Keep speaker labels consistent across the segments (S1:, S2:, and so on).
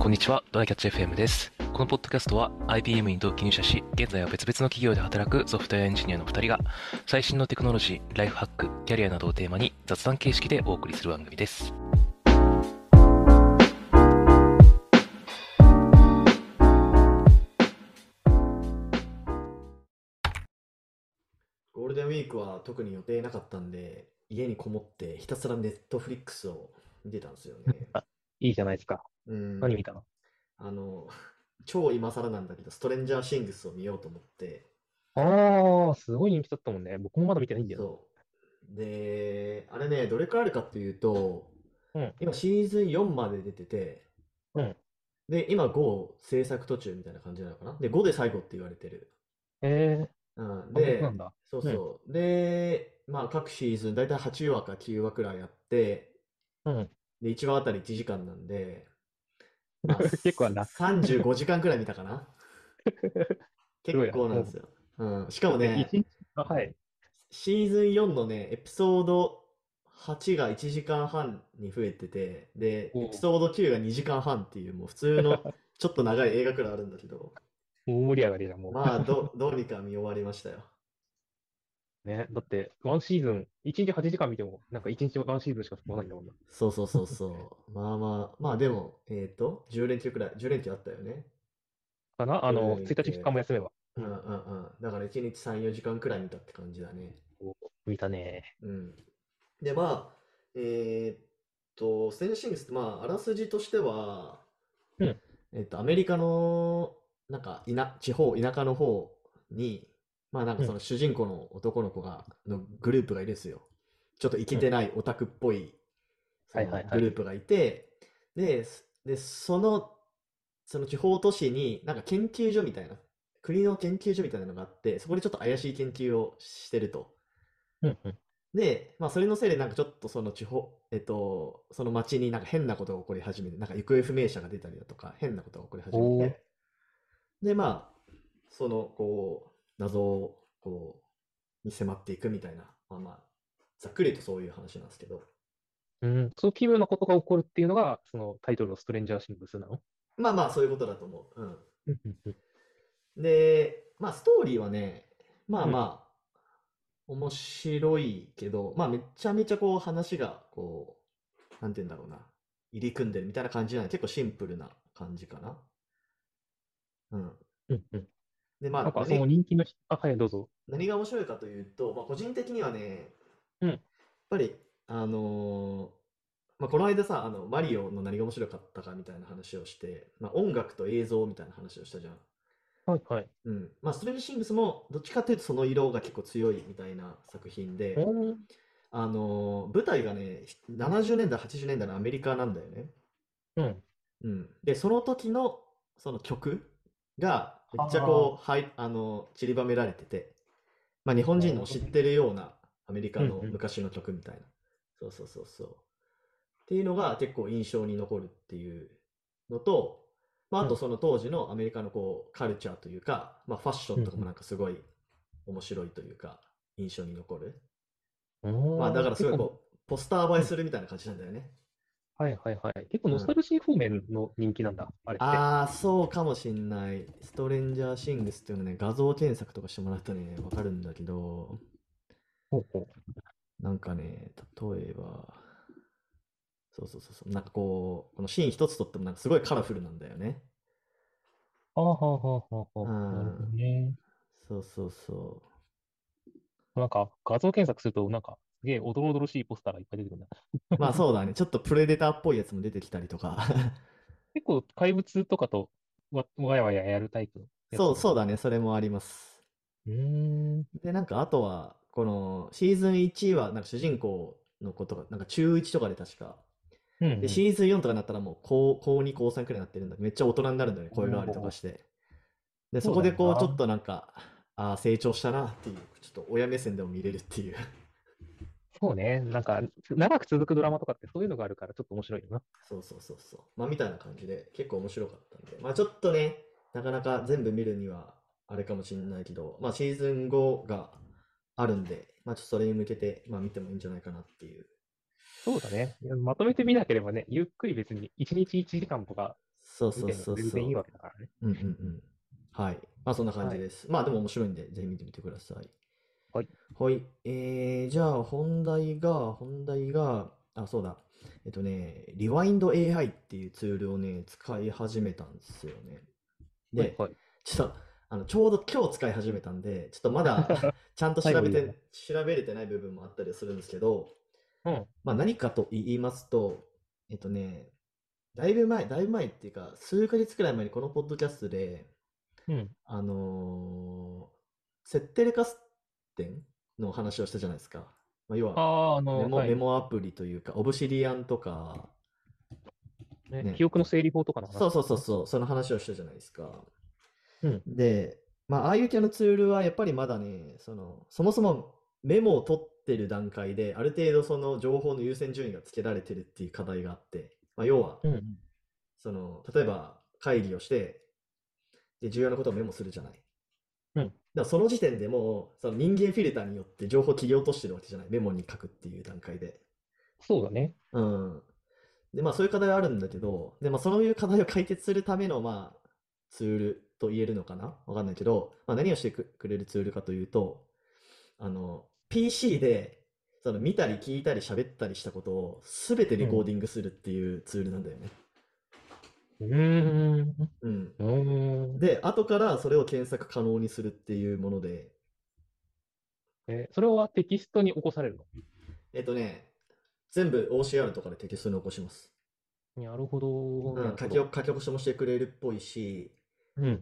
S1: こんにちは、ドライキャッチ FM です。このポッドキャストは IBM に同期入社し、現在は別々の企業で働くソフトウェアエンジニアの2人が、最新のテクノロジー、ライフハック、キャリアなどをテーマに雑談形式でお送りする番組です。
S2: ゴールデンウィークは特に予定なかったんで、家にこもってひたすらネットフリックスを見てたんですよ ね。
S1: いいじゃないですか。
S2: うん、
S1: 何見たの
S2: あの、超今更なんだけど、ストレンジャーシングスを見ようと思って、
S1: あー、すごい人気だったもんね。僕もまだ見てないんだよ。
S2: そう。で、あれね、どれくらいあるかっていうと、
S1: うん
S2: 今シーズン4まで出てて、
S1: うん
S2: で、今5制作途中みたいな感じなのかな。で、5で最後って言われてる。
S1: え
S2: うん、
S1: ー、あそう
S2: で
S1: な、んだ。
S2: そうそう。で、まあ各シーズン、だいたい8話か9話くらいあって、
S1: うん。
S2: で、1話あたり1時間な んで、まあ
S1: 結構あんな。
S2: 35時間くらい見たかな
S1: すごいな
S2: 結構なんですよ。うん、しかもね
S1: 一、日あはい。
S2: シーズン4のね、エピソード8が1時間半に増えてて、で、
S1: おう
S2: エピソード9が2時間半っていう、もう普通のちょっと長い映画くらいあるんだけど、
S1: 大盛り上がりだ、もう。
S2: まあど、どうにか見終わりましたよ。
S1: ね、だって、ワンシーズン、1日8時間見ても、なんか1日ワンシーズンしか進まないんだもんな。
S2: そうそうそうそう。まあまあ、まあでも、えっと、10連休くらい、10連休あったよね。
S1: かなあの、
S2: うん
S1: 1日2日も休めば。
S2: うんうんうん。だから1日3、4時間くらい見たって感じだね。
S1: 見たね。
S2: うん。で、まあ、えーっと、ステンシングスって、まあ、あらすじとしては、
S1: うん
S2: えーっと、アメリカの、なんか、田、地方、田舎の方に、まあ、なんかその主人公の男の子が、のグループがいるんですよ。ちょっとイケてないオタクっぽい、そ
S1: はい
S2: の
S1: はいはい
S2: グループがいて、で、すで、その、その地方都市に、なんか研究所みたいな、国の研究所みたいなのがあって、そこでちょっと怪しい研究をしてると。
S1: うんうん。
S2: で、まあ、それのせいで、なんかちょっとその地方、えっと、その町になんか変なことが起こり始めて、なんか行方不明者が出たりだとか、変なことが起こり始
S1: お
S2: め
S1: ー
S2: て、で、まあ、その、こう、謎を、こう、に迫っていくみたいな、まあまあ、ざっくりとそういう話なんですけど、
S1: うん、そう奇妙なことが起こるっていうのが、そのタイトルのストレンジャーシングスなの
S2: まあまあ、そういうことだと思う。うん。
S1: うんうんうん
S2: で、まあ、ストーリーはね、まあまあ、面白いけど、まあ、めちゃめちゃこう話が、こう、なんて言うんだろうな、入り組んでるみたいな感じなので、結構シンプルな感じかな。うん。
S1: うんうん。
S2: で、まあ、
S1: なんかその
S2: 何、
S1: 人気のひ、あ、はい、どうぞ。
S2: 何が面白いかというと、まあ、個人的にはね、
S1: うん
S2: やっぱり、あのーまあ、この間さ、あの、マリオの何が面白かったかみたいな話をして、まあ、音楽と映像みたいな話をしたじゃん。
S1: はいはい。
S2: うん、まあストレンジシングスもどっちかというとその色が結構強いみたいな作品で、
S1: おー
S2: あのー舞台がね70年代80年代のアメリカなんだよね、
S1: うん。
S2: うん、でその時のその曲がめっちゃこうはい、あのー散りばめられてて、まあ、日本人の知ってるようなアメリカの
S1: うんうん
S2: 昔の曲みたいな、そうそうそうそうっていうのが結構印象に残るっていうのと、まあ、あ
S1: う
S2: と
S1: ん
S2: その当時のアメリカのこうカルチャーというか、まあ、ファッションとかもなんかすごい面白いというか印象に残る、まあ、だからすごいこうポスター映えするみたいな感じなんだよね、
S1: う。はいはいはい。結構ノスタルジー方面の人気なんだ、あれって。
S2: ああそうかもしんないストレンジャーシングスっていうのね画像検索とかしてもらったらねわかるんだけど
S1: ほうほ
S2: なんかね例えばそうそうそうそうなんかこうこのシーン一つとってもなんかすごいカラフルなんだよね
S1: う。あーはあはあはあはあ。
S2: うん
S1: なるほどね。
S2: そうそうそう
S1: なんか画像検索すると、なんかすげえおどろおどろしいポスターがいっぱい出てくるんだ。
S2: まあそうだね。ちょっとプレデターっぽいやつも出てきたりとか。
S1: 結構怪物とかとわ、わやわややるタイプのやつ
S2: そう、そうだね。それもあります。
S1: う。うーん。
S2: で、なんかあとは、このシーズン1は、なんか主人公のことが、なんか中1とかで確か。
S1: うんうん
S2: で、シーズン4とかになったらもう高、高2、高3くらいになってるんだけど、めっちゃ大人になるんだよね。声変わりとかして。で、そこでこう、
S1: そ
S2: ち
S1: うだよな
S2: ょっとなんか、ああ、成長したなっていう、ちょっと親目線でも見れるっていう。
S1: そうね。なんか、長く続くドラマとかってそういうのがあるからちょっと面白いよな。
S2: そうそうそうそう。まあみたいな感じで結構面白かったんで。まあちょっとね、なかなか全部見るにはあれかもしれないけど、まあシーズン5があるんで、まあちょっとそれに向けて、まあ見てもいいんじゃないかなっていう。
S1: そうだね。いやまとめてみなければね、ゆっくり別に1日1時間とか
S2: そう
S1: み
S2: そ
S1: たい
S2: う
S1: なのが
S2: そう
S1: 全
S2: そう。
S1: 然いいわけだからね。
S2: うんうんうん。はい。まあそんな感じです。まあでも面白いんで、ぜひ見てみてください。
S1: はい。
S2: はい。えー、じゃあ本題が、本題が、あ、そうだ。えっとね、リワインド AI っていうツールをね、使い始めたんですよね。で、
S1: はい、
S2: ちょっと、あの、ちょうど今日使い始めたんで、ちょっと まだちゃんと調べ
S1: はい
S2: て、調べれてない部分もあったりするんですけど、
S1: うん
S2: まあ何かと言いますと、えっとね、だいぶ前、だいぶ前っていうか、数ヶ月くらい前にこのポッドキャストで、
S1: うん。
S2: あのー設定レカス点の話をしたじゃないですか。まあ、要
S1: あ
S2: は、
S1: あ、あの、
S2: メモ、
S1: はい
S2: メモアプリというか、オブシディアンとか、
S1: ね
S2: ね
S1: 記憶の整理法とかの話。
S2: そうそうそうそう、その話をしたじゃないですか。
S1: うん
S2: で、まあ、ああいう系のツールはやっぱりまだね、その、そもそもメモを取ってる段階で、ある程度その情報の優先順位がつけられてるっていう課題があって、まあ、要は、
S1: うんうん。
S2: その、例えば会議をして、で、重要なことをメモするじゃない。
S1: うん
S2: だからその時点でもう、その人間フィルターによって情報を切り落としてるわけじゃない。メモに書くっていう段階で。
S1: そうだね。
S2: うん。で、まあそういう課題はあるんだけど、で、まあそういう課題を解決するための、まあ、ツールと言えるのかなわかんないけど、まあ何をしてくくれるツールかというと、あの、PC で、その見たり聞いたり喋ったりしたことを全てレコーディングするっていうツールなんだよね。
S1: うーん。
S2: うん。
S1: うーん。
S2: で、後からそれを検索可能にするっていうもので、
S1: えーそれはテキストに起こされるの
S2: えっとね、全部 OCR とかでテキストに起こします。
S1: なるほど。
S2: う、
S1: なんる
S2: 書
S1: ほ
S2: き
S1: ど
S2: 起書き起こしもしてくれるっぽいし、
S1: うん。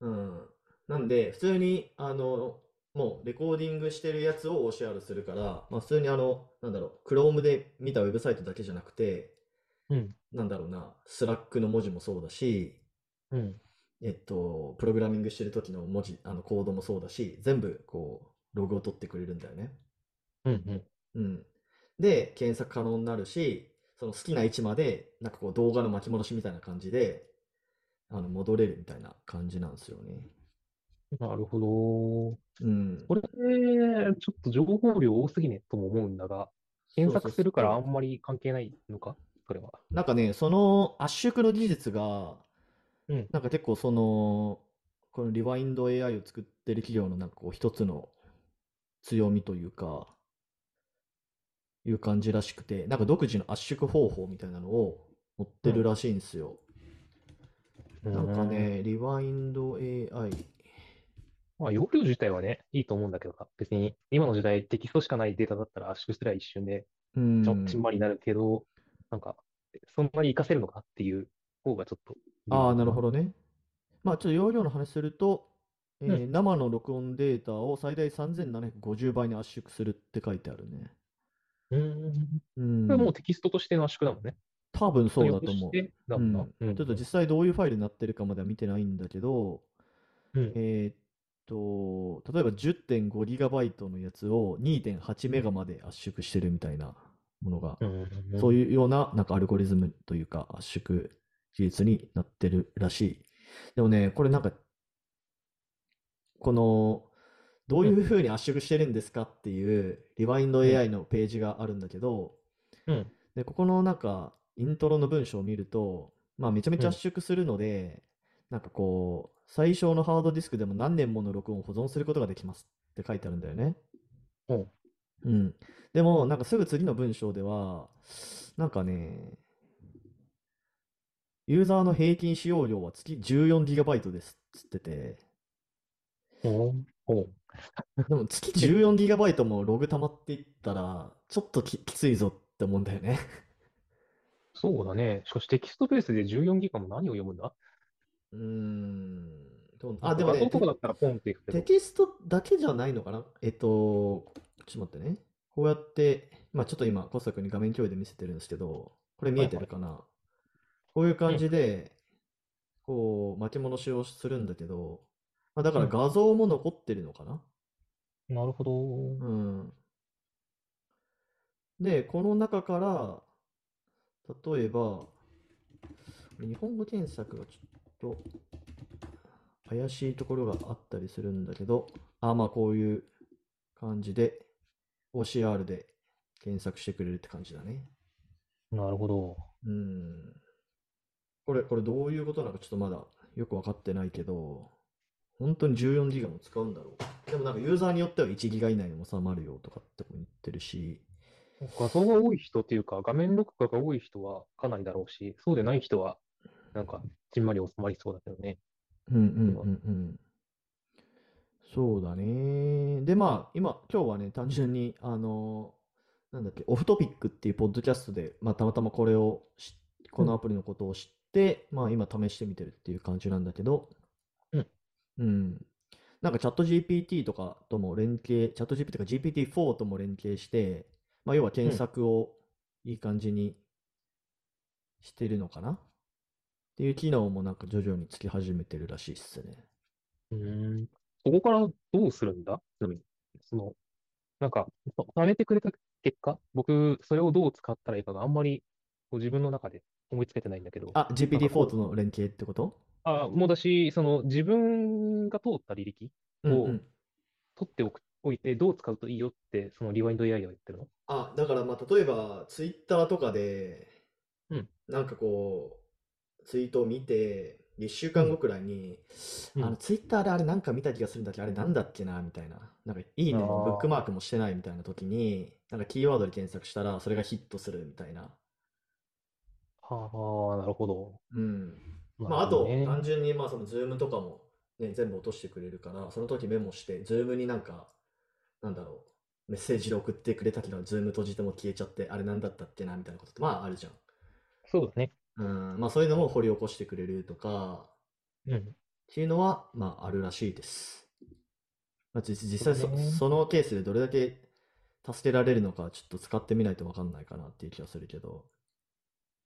S2: うん。なんで、普通に、あの、もうレコーディングしてるやつを OCR するから、まあ、普通にあの、なんだろう、Chrome で見たウェブサイトだけじゃなくて、
S1: うん。
S2: なんだろうな、Slack の文字もそうだし、
S1: うん。
S2: えっと、プログラミングしてる時の文字、あの、コードもそうだし、全部、こう、ログを取ってくれるんだよね。
S1: うん。うん。
S2: うん。で、検索可能になるし、その好きな位置まで、なんかこう動画の巻き戻しみたいな感じで、あの、戻れるみたいな感じなんですよね。
S1: なるほど。
S2: うん。
S1: これ、ちょっと情報量多すぎねとも思うんだが、検索するからあんまり関係ないのかそれは。
S2: なんかね、その圧縮の技術が、
S1: うん
S2: なんか結構その、このリワインド AI を作ってる企業のなんかこう一つの強みというか、いう感じらしくて、なんか独自の圧縮方法みたいなのを持ってるらしいんですよ。なんかね、リワインド AI。
S1: うん。まあ、容量自体はね、いいと思うんだけどさ、別に、今の時代テキストしかないデータだったら圧縮すりゃ一瞬で、
S2: う
S1: ちょ
S2: ん。
S1: ちんまりになるけど、なんか、そんなに活かせるのかっていう方がちょっと。
S2: ああ、なるほどね。まあ、ちょっと容量の話すると、えー生の録音データを最大3750倍に圧縮するって書いてあるね。
S1: ど。うん。
S2: うん。
S1: これもうテキストとしての圧縮だもんね。
S2: 多分そうだと思う。
S1: テキストに起こしてだもんな。う
S2: うん
S1: ん
S2: ちょっと実際どういうファイルになってるかまでは見てないんだけど、
S1: うん
S2: えーっと、例えば 10.5GB のやつを2.8メガまで圧縮してるみたいなものが、
S1: うん
S2: そういうような、なんかアルゴリズムというか圧縮技術になってるらしい。でもね、これなんか、この、どういうふうに圧縮してるんですかっていう、リワインド AI のページがあるんだけど、
S1: うん
S2: で、ここのなんか、イントロの文章を見ると、まあ、めちゃめちゃ圧縮するので、なんかこう、最小のハードディスクでも何年もの録音を保存することができますって書いてあるんだよね。
S1: うん。
S2: うん。でも、なんかすぐ次の文章では、なんかね、ユーザーの平均使用量は月 14GB ですっつってて、
S1: おお
S2: でも月 14GB もログ溜まっていったら、ちょっとき、きついぞって思うんだよね。
S1: そうだね。しかしテキストベースで14ギガも何を読むんだ
S2: うーん。どうあ、でも
S1: 画像
S2: ね、
S1: とかだったらポンっていくけど
S2: テ。キストだけじゃないのかなえっと、ちょっと待ってね。こうやって、まあちょっと今、コスタ君に画面共有で見せてるんですけど、これ見えてるかなこういう感じで、こう、巻き戻しをするんだけど、まあだから
S1: うん
S2: 画像も残ってるのかな
S1: なるほど。
S2: うん。で、この中から、例えば、日本語検索がちょっと怪しいところがあったりするんだけど、あ、まあこういう感じで、OCR で検索してくれるって感じだね。
S1: なるほど。
S2: うん。これ、これどういうことなのかちょっとまだよく分かってないけど、本当に14ギガも使うんだろう。でもなんかユーザーによっては1ギガ以内にも収まるよとかって言ってるし、
S1: 画像が多い人っていうか、画面録画が多い人はかなりだろうし、そうでない人は、なんか、じんまり収まりそうだけどね。
S2: うんうんうんうん。そうだね。で、まあ、今、今日はね、単純に、あの、なんだっけ、オフトピックっていうポッドキャストで、まあ、たまたまこれをし、このアプリのことを知って、まあ、今試してみてるっていう感じなんだけど、
S1: うん。
S2: うん。なんかチャット GPT とかとも連携、チャット GPT とか GPT-4 とも連携して、まあ、要は検索をいい感じにしてるのかなっていう機能もなんか徐々につき始めてるらしいっすね。
S1: うん。そこからどうするんだちなみに。その、なんか、そ貯めてくれた結果、僕、それをどう使ったらいいかがあんまり、こう自分の中で思いつけてないんだけど。
S2: あ、GPT-4 との連携ってこと
S1: あ、もうだし、その、自分が通った履歴、
S2: うん
S1: お
S2: うん。
S1: 取っておく、おいて、どう使うといいよって、そのリワインド AI は言ってるの
S2: あ、だからまあ例えばツイッターとかで、
S1: うん
S2: なんかこう、ツイートを見て、1週間後くらいに、
S1: うん
S2: あのツイッターであれなんか見た気がするんだけど、あれなんだっけな、みたいな。なんかいい
S1: あ
S2: ねも
S1: ー
S2: ブックマークもしてないみたいな時に、なんかキーワードで検索したらそれがヒットするみたいな。
S1: はあ、なるほど。
S2: うん。
S1: な
S2: まあ、あ
S1: るほ
S2: と
S1: どね
S2: 単純にまあそのズームとかも、ね、全部落としてくれるからその時メモしてズームになんかなんだろうメッセージで送ってくれたけどズーム閉じても消えちゃってあれなんだったっけなみたいなことってまああるじゃん。
S1: そうだね。
S2: うんまあ、そういうのも掘り起こしてくれるとか
S1: うん。
S2: っていうのはまああるらしいです。まあ、実実際
S1: そ
S2: そう
S1: ね
S2: そのケースでどれだけ助けられるのかちょっと使ってみないと分かんないかなっていう気がするけど。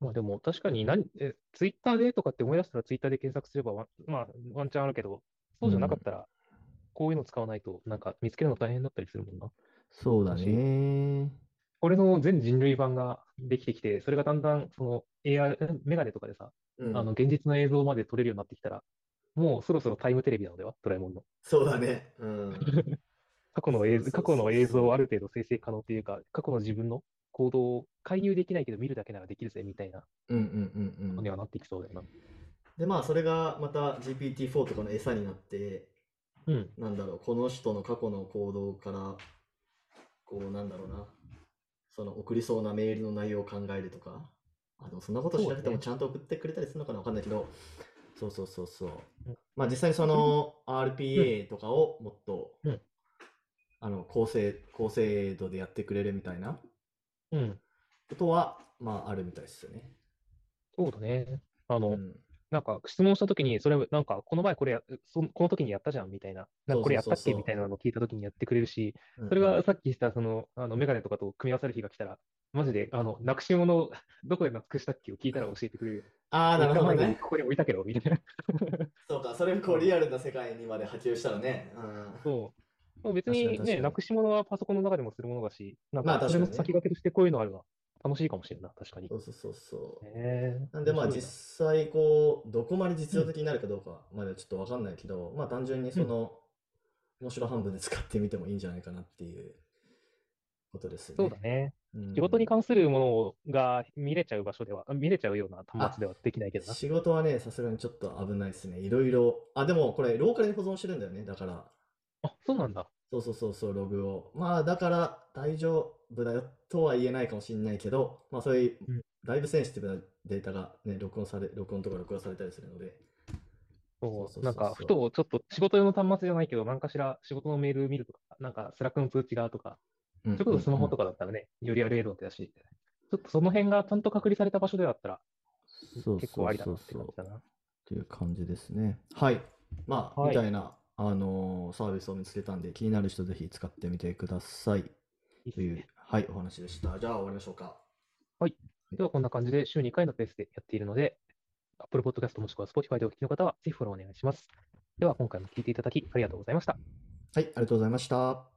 S1: まあでも確かに何、え、ツイッターでとかって思い出したらツイッターで検索すればワン、まあワンチャンあるけど、そうじゃなかったら、こういうの使わないと、なんか見つけるの大変だったりするもんな。
S2: そうだね。
S1: これの全人類版ができてきて、それがだんだんその AI、メガネとかでさ、
S2: うん
S1: あの現実の映像まで撮れるようになってきたら、もうそろそろタイムテレビなのではドラえもんの。
S2: そうだね。うん。
S1: 過去の映
S2: そうそうそう
S1: 過去の映像をある程度生成可能というか、過去の自分の行動を介入できないけど見るだけならできるぜみたいな
S2: うんうん うんうん。
S1: のにはなってきそうだよな。
S2: でまあそれがまた GPT-4 とかの餌になって
S1: うん。
S2: なんだろうこの人の過去の行動からこうなんだろうなその送りそうなメールの内容を考えるとかあでもそんなことしなくて
S1: そ
S2: も
S1: うね
S2: ちゃんと送ってくれたりするのかなわかんないけどそうそうそうそう
S1: うん
S2: まあ実際にその RPA とかをもっと、
S1: うん
S2: あの高精高精度でやってくれるみたいな
S1: うん。
S2: ことはまああるみたいですよね。
S1: そうだね。あの、
S2: うん
S1: なんか質問したときに、それ、なんか、この前これや、そこの時にやったじゃんみたいな、なんかこれやったっ
S2: そうそう
S1: け
S2: そうそう
S1: みたいなのを聞いたときにやってくれるし、それがさっきした、その、あの、メガネとかと組み合わせる日が来たら、マジで、あの、なくし物、どこでなくしたっけを聞いたら教えてくれる。
S2: ああなるほど
S1: 三日前に
S2: ね。
S1: ここに置いたけど、み たいな。
S2: そうか、それがこうリアルな世界にまで波及したらね。うん。
S1: そう。もう別
S2: 確かに
S1: に
S2: 確か
S1: ね、
S2: に
S1: なくし物はパソコンの中でもするものだし、なん
S2: まあ
S1: か、それの
S2: 確かに
S1: 先
S2: ね
S1: 駆けとしてこういうのあるわ。楽しいかもしれんな、確かに
S2: そ。うそうそうそう。
S1: ねえ
S2: なんでまあ
S1: 面白
S2: 実
S1: い
S2: 際こう、どこまで実用的になるかどうかまではちょっとわかんないけど、まあ単純にその、面白半分で使ってみてもいいんじゃないかなっていうことですね。
S1: なそうだね。
S2: うん
S1: 仕事に関するものが見れちゃう場所では、見れちゃうような端末ではできないけどな。
S2: 仕事はね、さすがにちょっと危ないですね。いろいろ。あ、でもこれ、ローカルに保存してるんだよね。だから、
S1: あ、そうなんだ。
S2: そうそうそうそう、ログを。まあ、だから大丈夫だよとは言えないかもしれないけど、まあ、そういう
S1: うん
S2: だいぶセンシティブなデータが、ね、録音され、録音とか録画されたりするので、
S1: そ
S2: そうそうそう
S1: う、なんか、
S2: そう
S1: ふと、ちょっと仕事用の端末じゃないけど、何かしら仕事のメール見るとか、なんか、スラックの通知がとか、
S2: うん
S1: それこそスマホと
S2: か。
S1: かだったらね、よりあり得るわけだし、ちょっとその辺がちゃんと隔離された場所でだったら、
S2: そう
S1: 結構ありだなって
S2: そう
S1: 感
S2: そう
S1: じだな。
S2: という感じですね。はい。まあ、
S1: はい
S2: みたいな、あのーサービスを見つけたんで、気になる人ぜひ使ってみてください。
S1: いいっ
S2: と
S1: す
S2: い
S1: ね
S2: う、はい、お話でした。じゃあ終わりましょうか。
S1: では、こんな感じで週2回のペースでやっているので、Apple Podcast もしくは Spotify でお聞きの方は、ぜひフォローお願いします。では、今回も聞いていただき、ありがとうございました。
S2: はい、ありがとうございました。